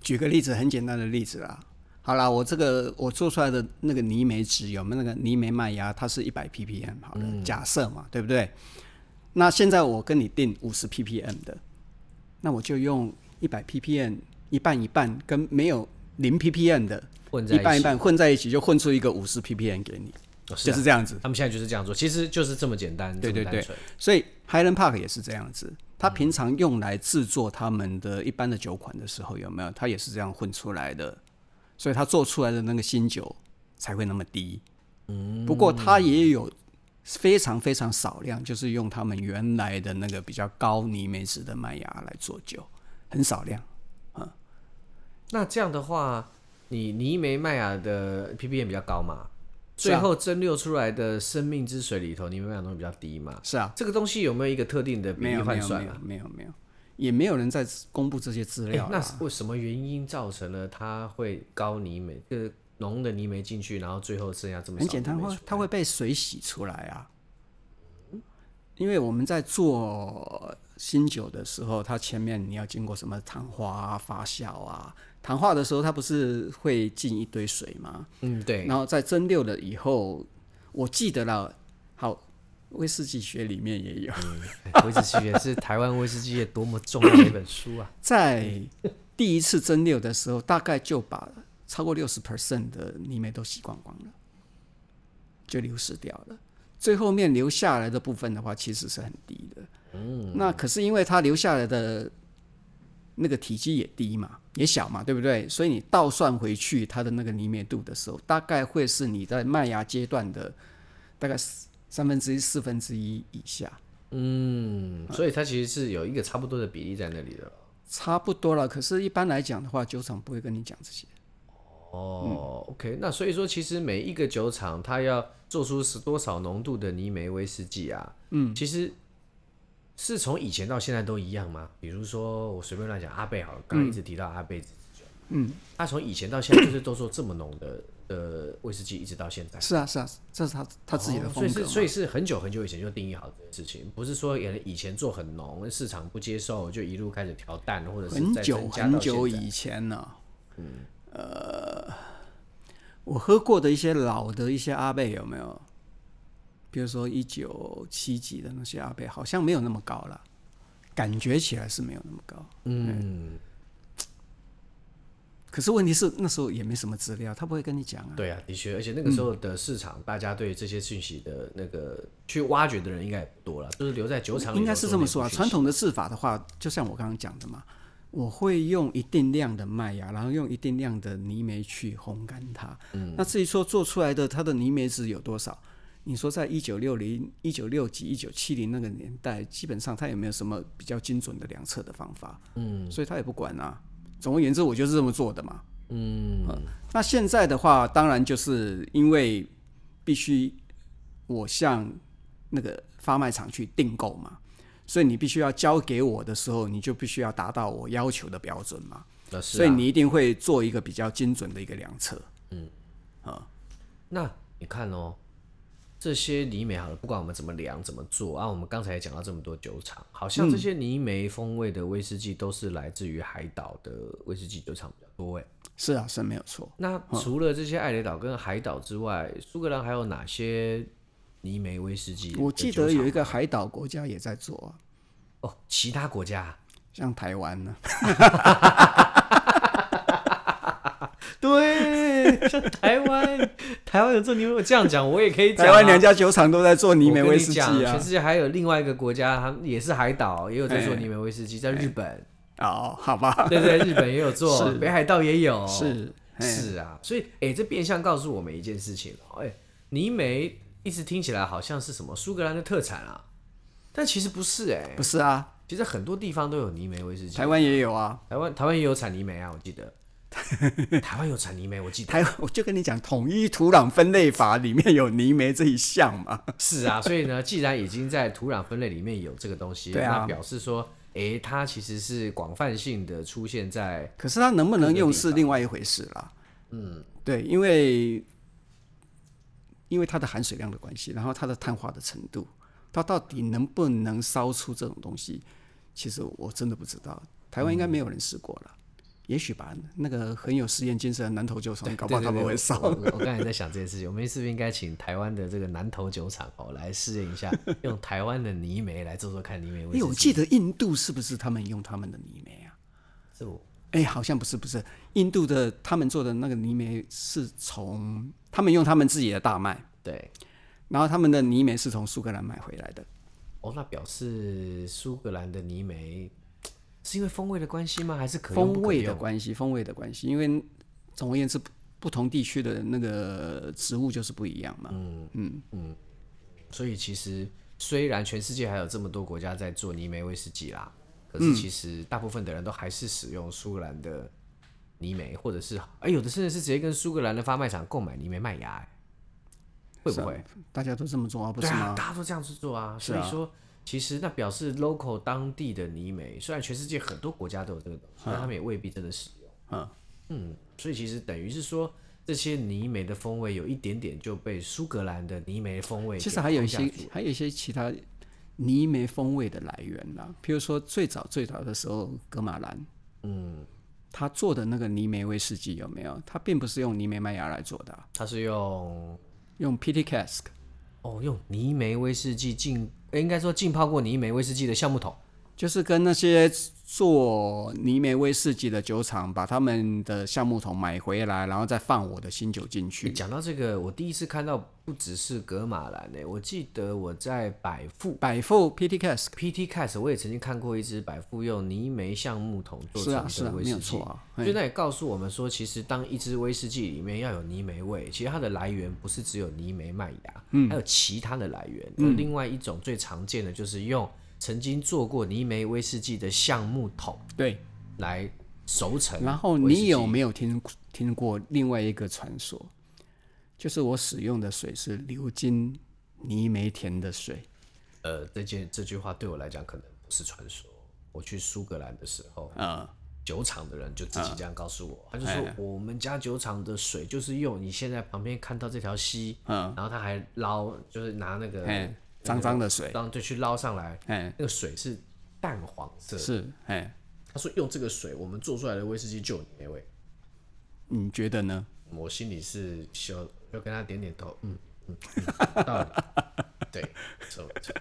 举个例子，很简单的例子啦。好啦，我这个我做出来的那个泥煤值有没有那个泥煤麦芽，它是一百 ppm 好了，
嗯
假设嘛，对不对？那现在我跟你定五十 ppm 的，那我就用一百 ppm 一半一半跟没有零 ppm 的
混
一
在一起
半一半混在一起，就混出一个五十 ppm 给你，
哦是
就
啊
是这样子。
他们现在就是这样做，其实就是这么简单，
对对
这么单
对
纯，
所以 Highland Park 也是这样子，它平常用来制作他们的一般的酒款的时候，有没有？它也是这样混出来的，所以它做出来的那个新酒才会那么低。嗯，不过它也有非常非常少量，就是用他们原来的那个比较高泥煤质的麦芽来做酒，很少量。
那这样的话，你泥煤麦芽的 ppm 比较高嘛，
是啊
最后蒸馏出来的生命之水里头，泥煤麦芽浓度比较低嘛。
是啊，
这个东西有没有一个特定的比
没
例
有没
换
有没
算
有
啊？
没有没有，也没有人在公布这些资
诶
料啊
那
啦。
是为什么原因造成了它会高泥煤，就是浓的泥煤进去，然后最后剩下这么少
很
泥煤
简
出来？
单，会它会被水洗出来啊。因为我们在做新酒的时候，它前面你要经过什么糖化啊、发酵啊。糖化的时候，它不是会进一堆水吗？
嗯，对，
然后在蒸馏了以后，我记得了，好，威士忌学里面也有，
威士忌也是台湾威士忌业多么重要的一本 书啊！
在第一次蒸馏的时候，大概就把超过六十 percent 的泥煤都洗光光了，就流失掉了。最后面留下来的部分的话，其实是很低的。嗯，那可是因为它留下来的那个体积也低嘛，也小嘛，对不对？所以你倒算回去它的那个泥煤度的时候，大概会是你在麦芽阶段的大概四三分之一、四分之一以下。
嗯，所以它其实是有一个差不多的比例在那里的。
差不多了，可是，一般来讲的话，酒厂不会跟你讲这些。
哦、o k 那所以说，其实每一个酒厂它要做出是多少浓度的泥煤威士忌啊？嗯，其实是从以前到现在都一样吗？比如说，我随便乱讲，阿贝好了，刚刚一直提到阿贝嗯，他从以前到现在就是都做这么浓的的威士忌，一直到现在。
是啊，是啊，这是他他自己的
哦
风格
所以
嘛、
是所以是很久很久以前就定义好这件事情，不是说原来以前做很浓，市场不接受，就一路开始调淡，或者是
很
再
久
增加
很
到
久
现在
以前了、嗯，呃，我喝过的一些老的一些阿贝有没有？比如说一九七几的那些阿贝，好像没有那么高了，感觉起来是没有那么高。
嗯，
可是问题是那时候也没什么资料，他不会跟你讲啊。
对啊，的确，而且那个时候的市场，大家对这些讯息的那个去挖掘的人应该也不多了，就是留在酒厂里
应该是
头做
这么
内部
说啊。
讯
传
息
统的制法的话，就像我刚刚讲的嘛，我会用一定量的麦芽，然后用一定量的泥煤去烘干它。嗯，那至于说做出来的它的泥煤值有多少，你说在一九六零、一九六几、一九七零那个年代，基本上它也没有什么比较精准的量测的方法。嗯，所以他也不管啊。总而言之，我就是这么做的嘛。嗯，那现在的话，当然就是因为必须我向那个发卖场去订购嘛，所以你必须要交给我的时候，你就必须要达到我要求的标准嘛，
那是啊
所以你一定会做一个比较精准的一个量测。
那你看哦，这些泥煤好了，不管我们怎么量、怎么做啊，我们刚才也讲到这么多酒厂，好像
嗯
这些泥煤风味的威士忌都是来自于海岛的威士忌酒厂比较多哎。
是啊，是没有错。
那除了这些艾雷岛跟海岛之外，苏格兰还有哪些泥煤威士忌的酒厂？
我记得有一个海岛国家也在做、啊，
哦，其他国家。
像台湾呢、
对，像台湾，台湾有做泥煤，我这样讲我也可以讲、啊。
台湾两家酒厂都在做
我
泥煤
跟
威
你
士忌
讲
啊
全。世界还有另外一个国家，他们也是海岛，也有在做泥煤威士
哎
忌，在日本，
哦，好吧，
对对，日本也有做，
是
北海道也有，
是嘿
是啊，所以哎、这变相告诉我们一件事情哦，哎、泥煤一直听起来好像是什么苏格兰的特产啊，但其实不是哎、
不是啊？
其实很多地方都有泥煤威士忌，
台湾也有啊。
台湾台湾也有产泥煤啊，我记 得，台湾有产泥煤，我记得。
台， 我就跟你讲，统一土壤分类法里面有泥煤这一项嘛。
是啊， 所以呢，既然已经在土壤分类里面有这个东西，
对啊
那表示说，诶，它其实是广泛性的出现在
可是它能不能用是另外一回事啦。嗯，对，因为因为它的含水量的关系，然后它的碳化的程度，它到底能不能烧出这种东西，其实我真的不知道。台湾应该没有人试过了，也许吧。那个很有实验精神的南投旧厂，搞不好他们会烧。
对对哦对我我我刚才在想这件事情，我们是不是应该请台湾的这个南投酒厂哦来试验一下，用台湾的泥煤来做做看泥煤
哎、
威士忌？
我记得印度是不是他们用他们的泥煤啊？
是我
哎、好像不是，不是，印度的他们做的那个泥煤是从他们用他们自己的大麦，
对
然后他们的泥煤是从苏格兰买回来的。
哦，那表示苏格兰的泥煤是因为风味的关系吗？还是可用
风
不可
味的
用
关系，风味的关系，因为总而言之，不不同地区的那个植物就是不一样嘛。
嗯所以其实虽然全世界还有这么多国家在做泥煤威士忌啦，可
嗯
是其实大部分的人都还是使用苏格兰的泥煤，或者是哎、有的甚至是直接跟苏格兰的发卖场购买泥煤麦芽、哎会不会？
大家都这么做啊，不是
对啊
吗，？
大家都这样子做啊，
是
所以
啊
说。其实那表示 local 当地的泥煤，虽然全世界很多国家都有这个东西，
啊
但他们也未必真的使用。
嗯
嗯，所以其实等于是说，这些泥煤的风味有一点点就被苏格兰的泥煤风味给
其
框架住了。
实还有一些，还有一些其他泥煤风味的来源啦，譬如说最早最早的时候，格马兰，嗯，他做的那个泥煤威士忌有没有？他并不是用泥煤麦芽来做的啊、
它是用
用 PT cask，
哦，用泥煤威士忌浸，呃应该说浸泡过泥煤威士忌的橡木桶。
就是跟那些做泥煤威士忌的酒厂，把他们的橡木桶买回来，然后再放我的新酒进
诶
去。
讲到这个，我第一次看到不只是格马兰诶、我记得我在百富
百富 PT cask
PT Cast 我也曾经看过一支百富用泥煤橡木桶做
是
成
啊是
的
啊，
威
没有
士忌。
错啊。
所以那也告诉我们说，其实当一支威士忌里面要有泥煤味，其实它的来源不是只有泥煤麦芽，
嗯
还有其他的来源。那另外一种最常见的就是用曾经做过泥煤威士忌的橡木桶。
对，
来熟成。
然后你有没有听听过另外一个传说？就是我使用的水是流经泥煤田的水。
呃这件这句话对我来讲可能不是传说。我去苏格兰的时候，
嗯，
酒厂的人就自己这样告诉我，
哎
他就说我们家酒厂的水就是用你现在旁边看到这条溪，
嗯，
然后他还捞，就是拿那个
哎，脏脏的水，
然后就去捞上来，
哎，
那个水是淡黄色。
是，哎，
他说用这个水，我们做出来的威士忌就有泥煤味。
你觉得呢？
我心里是就就跟他点点头，嗯嗯，嗯 有道理，对，错错。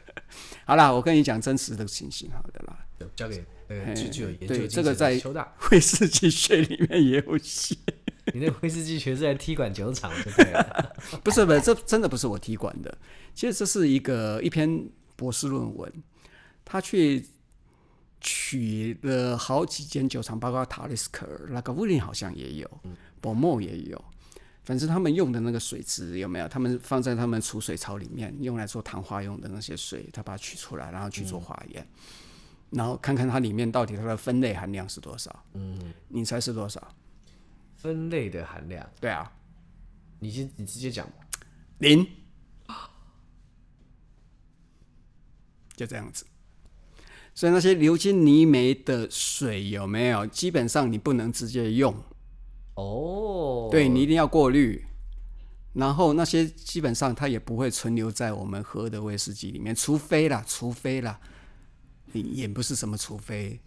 好啦，我跟你讲真实的情形，好的啦。
交给那个具具有研究
对
精
这个
神的
在
邱大，
威士忌学里面也有写，
你那威士忌学是在踢馆酒厂就对了。
不是不是，这真的不是我踢馆的。其实这是一个一篇博士论文，他去取了好几间酒厂，包括塔利斯克尔、拉格乌林好像也有，博莫也有。反正他们用的那个水质有没有？他们放在他们储水槽里面，用来做糖化用的那些水，他把它取出来，然后去做化验，然后看看它里面到底它的分类含量是多少。嗯，你猜是多少？
分类的含量，
对啊，
你先你直接讲吧。
零。就这样子。所以那些流经泥煤的水有没有，基本上你不能直接用，
哦，
对你一定要过滤。然后那些基本上它也不会存留在我们喝的威士忌里面，除非啦，除非啦，也也不是什么除非，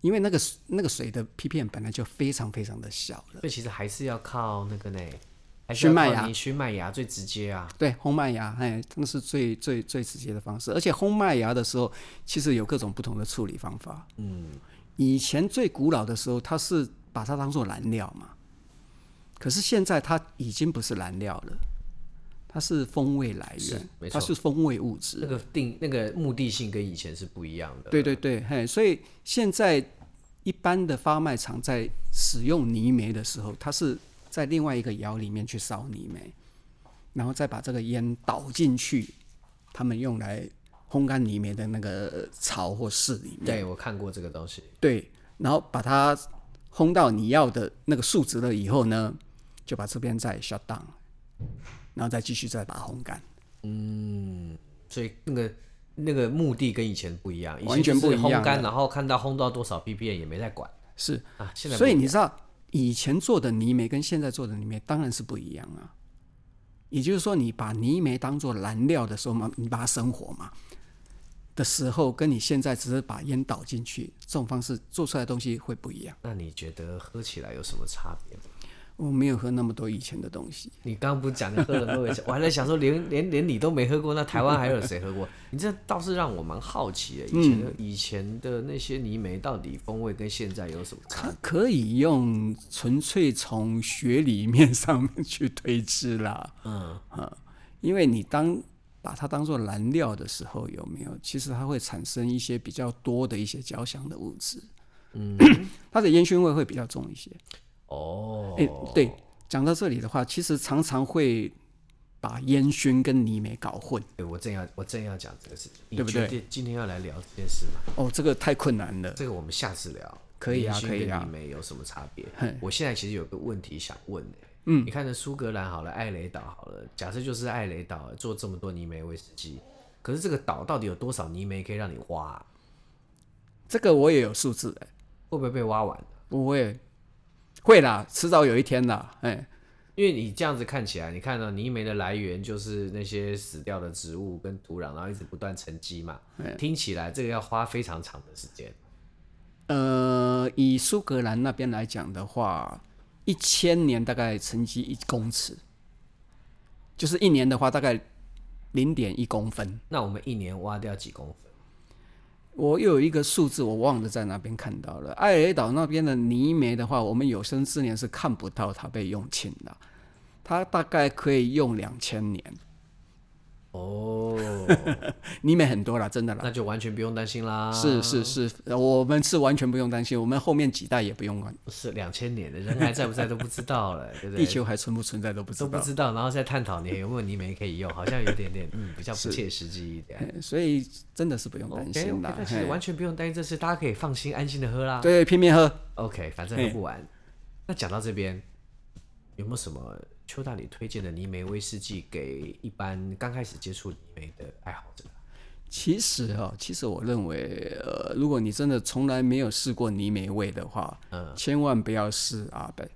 因为那个那个水的 ppm 本来就非常非常的小了。
所以其实还是要靠那个呢，还是要
熏麦
靠
芽
你熏麦芽最直接啊。
对，烘麦芽，哎，那是最最最直接的方式。而且烘麦芽的时候，其实有各种不同的处理方法。嗯，以前最古老的时候，它是把它当做燃料嘛，可是现在它已经不是燃料了，它是风味来
是没
源，它
错
是风味物质
那。个定那个目的性跟以前是不一样的。
对对对，嘿，所以现在一般的发卖场在使用泥煤的时候，它是在另外一个窑里面去烧泥煤，然后再把这个烟倒进去，他们用来烘干泥煤的那个槽或室里面。
对，我看过这个东西。
对，然后把它烘到你要的那个数值了以后呢，就把这边再 shut down，然后再继续再把它烘干。
所以那个那个目的跟以前不一样，以前
完全
就是
不一样
烘干，
了
然后看到烘到多少 ppm 也没在管
是，
啊。现在
所以
不一
你
样
知道以前做的泥煤跟现在做的泥煤当然是不一样啊。也就是说，你把泥煤当做燃料的时候嘛，你把它生火嘛的时候，跟你现在只是把烟倒进去这种方式做出来的东西会不一样。
那你觉得喝起来有什么差别吗？
我没有喝那么多以前的东西，
你刚刚不是讲你喝了多 久？我还在想说连连连你都没喝过，那台湾还有谁喝过？ 你这倒是让我蛮好奇的，以前的、
嗯
以前的那些泥煤到底风味跟现在有什么差别？
可可以用纯粹从学理面上面去推知啦。啊
嗯，
因为你当把它当做燃料的时候，有没有？其实它会产生一些比较多的一些焦香的物质，嗯， 它的烟熏味会比较重一些。
哦，
哎、对，讲到这里的话，其实常常会把烟熏跟泥煤搞混。
对我正要我正要讲这个事情，
对不对
你决定今天要来聊这件事吗？
哦，这个太困难了。
这个我们下次聊。
可以啊
烟熏
可以啊
跟你没有什么差别
嘿。
我现在其实有个问题想问呢、嗯，你看这苏格兰好了，艾雷岛好了，假设就是艾雷岛做这么多泥煤威士忌，可是这个岛到底有多少泥煤可以让你挖啊、
这个我也有数字、哎，
会不会被挖完？
不会，会啦，迟早有一天啦。哎、
因为你这样子看起来，你看到、泥煤的来源就是那些死掉的植物跟土壤，然后一直不断沉积嘛。
哎
听起来这个要花非常长的时间。
呃，以苏格兰那边来讲的话，一千年大概沉积一公尺，就是一年的话大概零点一公分。
那我们一年挖掉几公分？
我又有一个数字，我忘了在哪边看到了。艾雷岛那边的泥煤的话，我们有生之年是看不到它被用尽的，它大概可以用两千年。
哦，
泥煤很多啦，真的啦。
那就完全不用担心啦。
是是是，呃我们是完全不用担心，我们后面几代也不用管，
是两千年的人还在不在都不知道 了，对不对？
地球还存不存在都不知
都
道。
不知道，然后再探讨你有没有泥煤可以用，好像有点点嗯比较不切实际一点。
哎所以真的是不用担
OK，
心啦。
但其实
嘿
完全不用担心这事，大家可以放心安心的喝啦。
对，拼命喝。
OK，反正喝不完。那讲到这边，有没有什么邱大你推荐的泥煤威士忌给一般刚开始接触泥煤的爱好者？
其实哦，其实我认为，呃，如果你真的从来没有试过泥煤味的话，
嗯
千万不要试阿贝。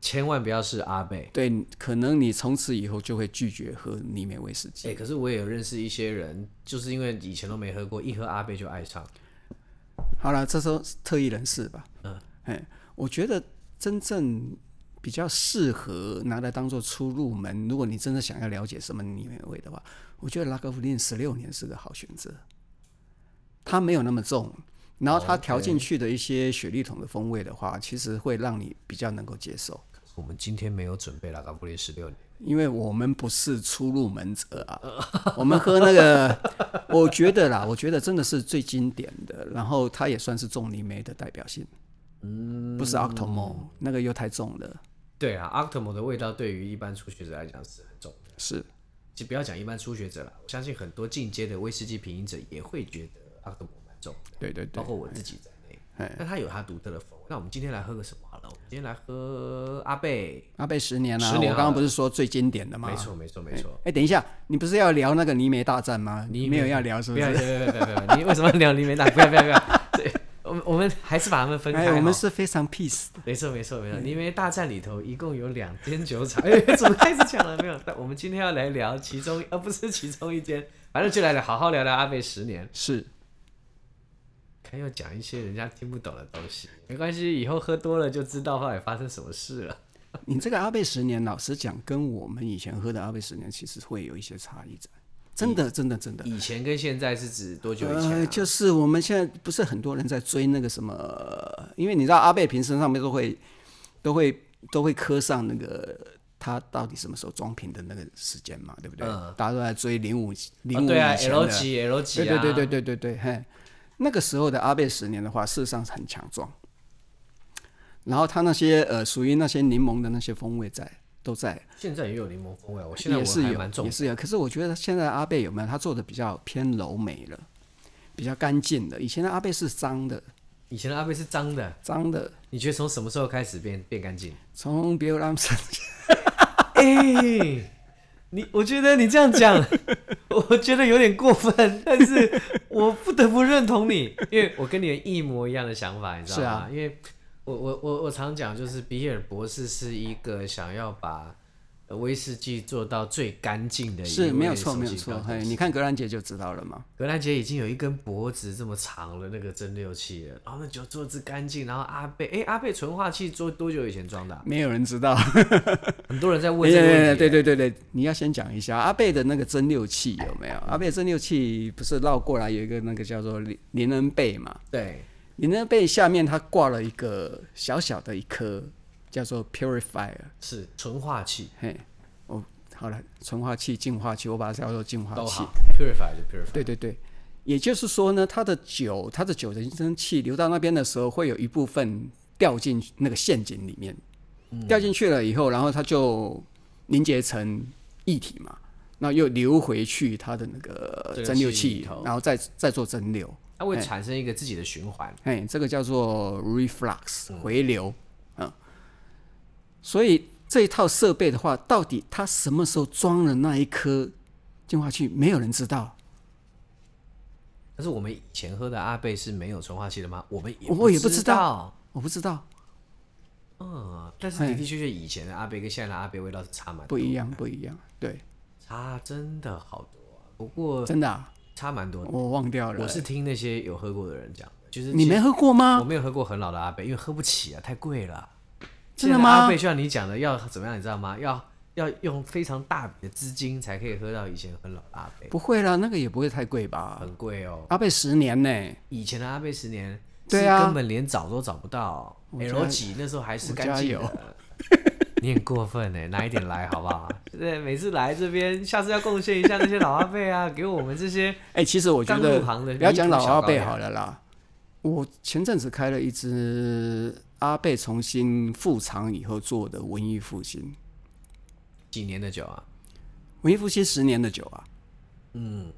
千万不要是阿贝。
对，可能你从此以后就会拒绝喝泥煤威士
哎、
忌。
可是我也有认识一些人，就是因为以前都没喝过，一喝阿贝就爱上。
好了，这时候特异人士吧。嗯，哎，我觉得真正比较适合拿来当做出入门，如果你真的想要了解什么泥煤味的话，我觉得拉格夫林十六年是个好选择。它没有那么重，然后它调进去的一些雪莉桶的风味的话，其实会让你比较能够接受。
我们今天没有准备拉嘎布列十六年，
因为我们不是初入门者啊， 我们喝那个，我觉得啦，我觉得真的是最经典的，然后它也算是重泥煤的代表性，嗯，不是 Octomo 那个又太重了，
对啊 o c t o m o 的味道对于一般初学者来讲是很重的。
是
就不要讲一般初学者了，我相信很多进阶的威士忌品饮者也会觉得 o c t o m o 蛮重的。
对对
包
对，
括我自己在内。那它有它独特的风味。那我们今天来喝个什么好了？我们今天来喝阿贝，
阿贝十年了、
十年
我
好
刚
了
刚不是说最经典的吗？
没错。没错没错。
哎、等一下，你不是要聊那个尼梅大战吗？你没有要聊是
不
不
要不
是？
要不要不要！你为什么聊里面那？不要不要不要！对，我们我们还是把他们分开
哎，
好。
我们是非常 peace 的。
没错没错没错，因为大战里头一共有两间酒厂，哎，怎么开始讲了没有？但我们今天要来聊其中，呃，不是其中一间，反正就来聊，好好聊聊阿贝十年，
是，
看又讲一些人家听不懂的东西，没关系，以后喝多了就知道后来发生什么事了。
你这个阿贝十年，老实讲，跟我们以前喝的阿贝十年其实会有一些差异在。真的，真的，真的。
以前跟现在是指多久以前、啊
呃，就是我们现在不是很多人在追那个什么，因为你知道阿贝瓶身上面都会都会都会刻上那个他到底什么时候装瓶的那个时间嘛，对不对？大家都在追零五零
嗯啊
五
对啊
以前的，
，L 级 L 级
对
啊，
对对对对对对，嘿，那个时候的阿贝十年的话，事实上是很强壮，然后它那些呃属于那些柠檬的那些风味在都在，
现在也有柠檬风味啊，我现在
也
我
是
还
有
蛮重
也是有，可是我觉得现在阿贝有没有他做的比较偏柔美了，比较干净的，以前的阿贝是脏的
以前的阿贝是脏的，
脏的，
你觉得从什么时候开始变变干净？
从 Bill Ramsey
哎、你我觉得你这样讲， 我觉得有点过分，但是我不得不认同你，因为我跟你有一模一样的想法，你知道
是
吗？
啊
因为我我我我常讲，就是比尔博士是一个想要把呃威士忌做到最干净的一
是
位
没有错
首
没有
席
错
调，酒
嘿，
师
你看格兰杰就知道了嘛，
格兰杰已经有一根脖子这么长的那个蒸馏器了，然后那酒做之干净，然后阿贝，哎、阿贝纯化器做多久以前装的啊、
没有人知道。
很多人在问
对
这个问 题、啊
对对对对对，你要先讲一下阿贝的那个蒸馏器有没有？阿贝蒸馏器不是绕过来有一个那个叫做林林恩贝嘛？
对
林恩贝下面它挂了一个小小的一颗叫做 purifier，
是纯化器
嘿，哦，好了，纯化器、净化器，我把它叫做净化
都
器。
好，purify 就 purify。
对对对，也就是说呢，它的酒，它的酒的蒸气流到那边的时候，会有一部分掉进那个陷阱里面，
嗯
掉进去了以后，然后它就凝结成液体嘛，那又流回去它的那个
蒸馏
蒸馏
器里
器
头，
然后再再做蒸馏。
它会产生一个自己的循环。
哎，这个叫做 reflux 回流，嗯，所以这一套设备的话，到底它什么时候装了那一颗净化器，没有人知道。
但是我们以前喝的阿贝是没有纯化器的吗？我们也
哦我也不
知
知
道
道。我不知道，
嗯，但是的的确确，以前的阿贝跟现在的阿贝味道是差蛮
不一样，不一样，对，
差，真的好多啊。不过
真的、啊，
差蛮多的。
我忘掉了。
我是听那些有喝过的人讲的，就是
你没喝过
我
吗？
没有喝过很老的阿贝，因为喝不起啊，太贵了。
真的
现在
吗
阿贝就像你讲的，要怎么样，你知道吗？要要用非常大笔的资金才可以喝到以前很老的阿贝，
不会啦，那个也不会太贵吧？
很贵哦。
阿贝十年呢、
以前的阿贝十年，
对啊
是根本连找都找不到。
我家
L 几那时候还是干净
我家
的。 你很过分哎，拿一点来好不 好？对，每次来这边，下次要贡献一下那些老阿贝啊，给我们这些
哎、其实我觉
刚
得
入行的
不要讲老阿
离
贝
谱小高粱
好了啦。我前阵子开了一支阿贝重新复厂以后做的文艺复兴，
几年的酒啊，
文艺复兴十年的酒啊。嗯，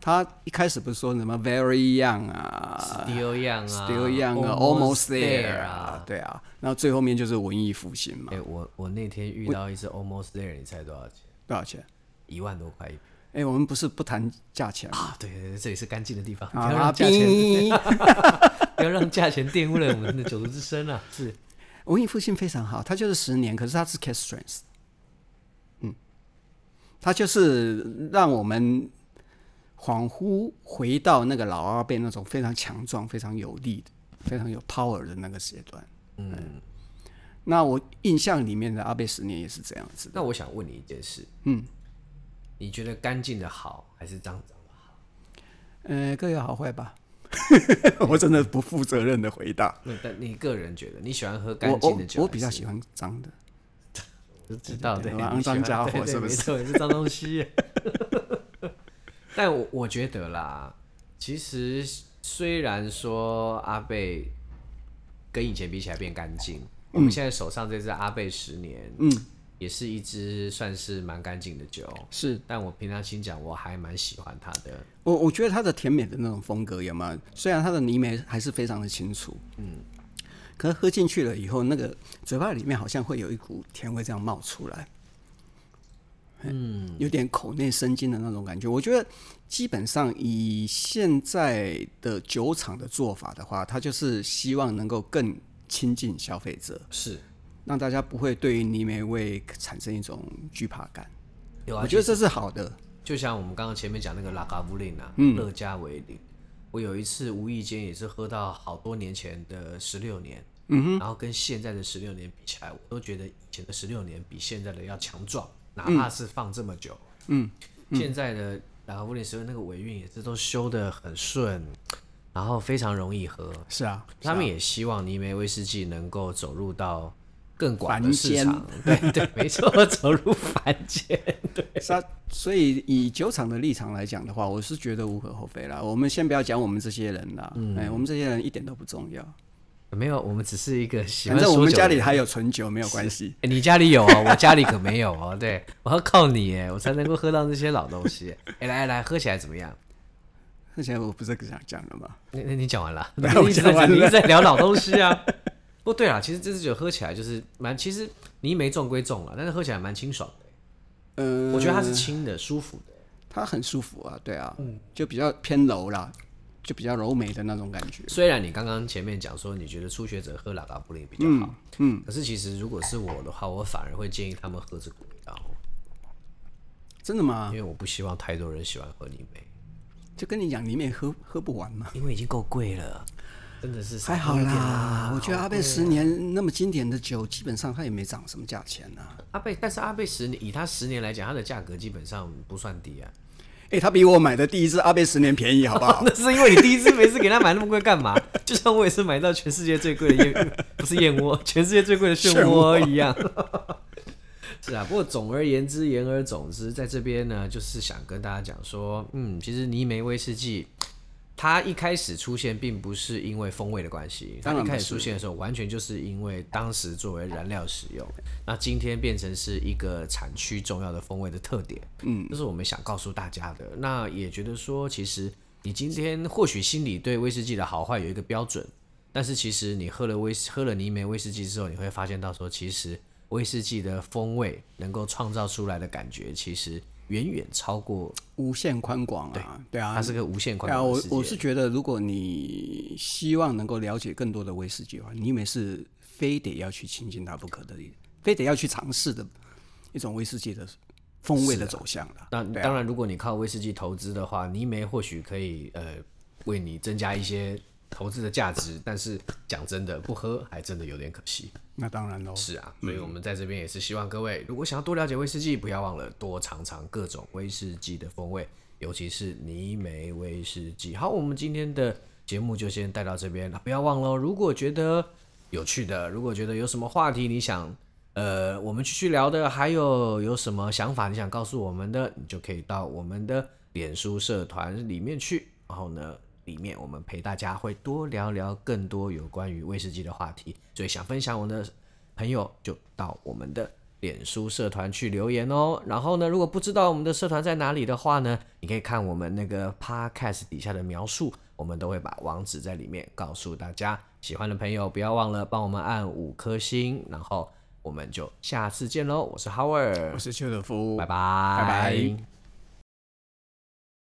他一开始不是说什么 very young 啊
Still Young 啊
still young 啊，almost there 啊，。对啊，然后最后面就是文艺复兴嘛
哎、，我我那天遇到一只 Almost There，你猜多少钱？
多少钱？
一万多块一瓶
哎、我们不是不谈价钱吗？
啊！对对对，这里是干净的地方，不
啊，
要
阿
让价钱，
斌，
不要让价钱玷污了我们的酒徒之声 啊！是
文艺复兴非常好，它就是十年，可是它是 case strength，嗯，它就是让我们恍惚回到那个老阿贝那种非常强壮、非常有力的、非常有 power 的那个阶段。嗯，那我印象里面的阿贝十年也是这样子的。
那我想问你一件事，
嗯，
你觉得干净的好还是脏脏的好？
呃，各有好坏吧。
嗯
我真的不负责任的回答。
那但你个人觉得你喜欢喝干
我
净
我
的酒
我比较
还是
喜欢脏的。
我知道
对对
对，你
肮
喜欢
脏家伙
对对
是不
没
是
错也是脏东西。 但我我觉得啦，其实虽然说阿贝跟以前比起来变干净，我
嗯
们现在手上这支阿贝十年，嗯，也是一支算是蛮干净的酒。
是
但我平常心讲，我还蛮喜欢它的。
我我觉得它的甜美的那种风格有没有？虽然它的泥煤还是非常的清楚，嗯，可是喝进去了以后，那个嘴巴里面好像会有一股甜味这样冒出来，嗯，有点口内生津的那种感觉。我觉得基本上以现在的酒厂的做法的话，它就是希望能够更亲近消费者，
是，
让大家不会对于泥煤味产生一种惧怕感。
有啊
我觉得这是好的。
就像我们刚刚前面讲那个拉嘎布林啊，
嗯
乐加维林，我有一次无意间也是喝到好多年前的十六年，嗯哼，然后跟现在的十六年比起来，我都觉得以前的十六年比现在的要强壮，哪怕是放这么久，
嗯，
现在的拉嘎布林十六那个尾韵也是都修得很顺，然后非常容易喝，
是啊，
他们也希望泥煤威士忌能够走入到更广的
凡
市
间
场， 对对，没错，走入凡间。
是啊，所以以酒厂的立场来讲的话，我是觉得无可厚非啦。我们先不要讲我们这些人啦，哎、
嗯
我们这些人一点都不重要。
没有，我们只是一 个喜欢
反正我
说
们
酒
家
的
里
人
还有存酒，没有关系。
欸你家里有哦，我家里可没有哦。 对，我要靠你耶，我才能够喝到那些老东西。 哎、来来，喝起来怎么样？
那现在我不是想讲了吗？
那那你讲 完了，你
没有我
一直
讲
在
完了
你一直在聊老东西啊。 不对啦，其实这支酒喝起来就是蛮，其实泥煤重归重了，但是喝起来蛮清爽的、
呃，
我觉得它是轻的、舒服的。
它很舒服啊，对啊，
嗯
就比较偏柔啦，就比较柔美的那种感觉。
虽然你刚刚前面讲说你觉得初学者喝拉嘎布林比较好，嗯，可是其实如果是我的话，我反而会建议他们喝这个味道，
真的吗
因？为我不希望太多人喜欢喝泥煤。
就跟你讲，里面喝喝不完嘛。
因为已经够贵了，真的是
还好
啊
啦，我觉得阿贝十年那么经典的酒，基本上它也没涨什么价钱呐、啊。
阿贝，但是阿贝十年以它十年来讲，它的价格基本上不算低啊。
哎、它比我买的第一支阿贝十年便宜，好不好？
那是因为你第一次没事给他买那么贵干嘛？ 就像我也是买到全世界最贵的燕， 不是燕窝，全世界最贵的漩涡一样。 是啊，不过总而言之，言而总之，在这边呢，就是想跟大家讲说，嗯，其实泥煤威士忌。它一开始出现并不是因为风味的关系，它
当然
一
不
开始
是
出现的时候，完全就是因为当时作为燃料使用，那今天变成是一个产区重要的风味的特点，嗯，这是我们想告诉大家的。那也觉得说，其实你今天或许心里对威士忌的好坏有一个标准，但是其实你喝了威士喝了泥煤威士忌之后，你会发现到说，其实威士忌的风味能够创造出来的感觉，其实远远超过
无限宽广啊，对啊，
它是个无限宽
对啊，
广
我
的世界。
我是觉得，如果你希望能够了解更多的威士忌的话，你每是非得要去亲近它不可的，非得要去尝试的一种威士忌的风味的走向了。
那
对啊
当然，如果你靠威士忌投资的话，泥煤或许可以呃为你增加一些投资的价值，但是讲真的，不喝还真的有点可惜。
那当然喽，
是啊，所以我们在这边也是希望各位，如果想要多了解威士忌，不要忘了多尝尝各种威士忌的风味，尤其是泥煤威士忌。好，我们今天的节目就先带到这边，不要忘了哦，如果觉得有趣的，如果觉得有什么话题你想。呃，我们继续聊的，还有有什么想法你想告诉我们的，你就可以到我们的脸书社团里面去。然后呢，里面我们陪大家会多聊聊更多有关于威士忌的话题，所以想分享我们的朋友就到我们的脸书社团去留言哦。然后呢，如果不知道我们的社团在哪里的话呢，你可以看我们那个 podcast 底下的描述，我们都会把网址在里面告诉大家。喜欢的朋友不要忘了帮我们按五颗星，然后我们就下次见喽。我是 Howard，
我是邱德夫，
拜拜，
拜拜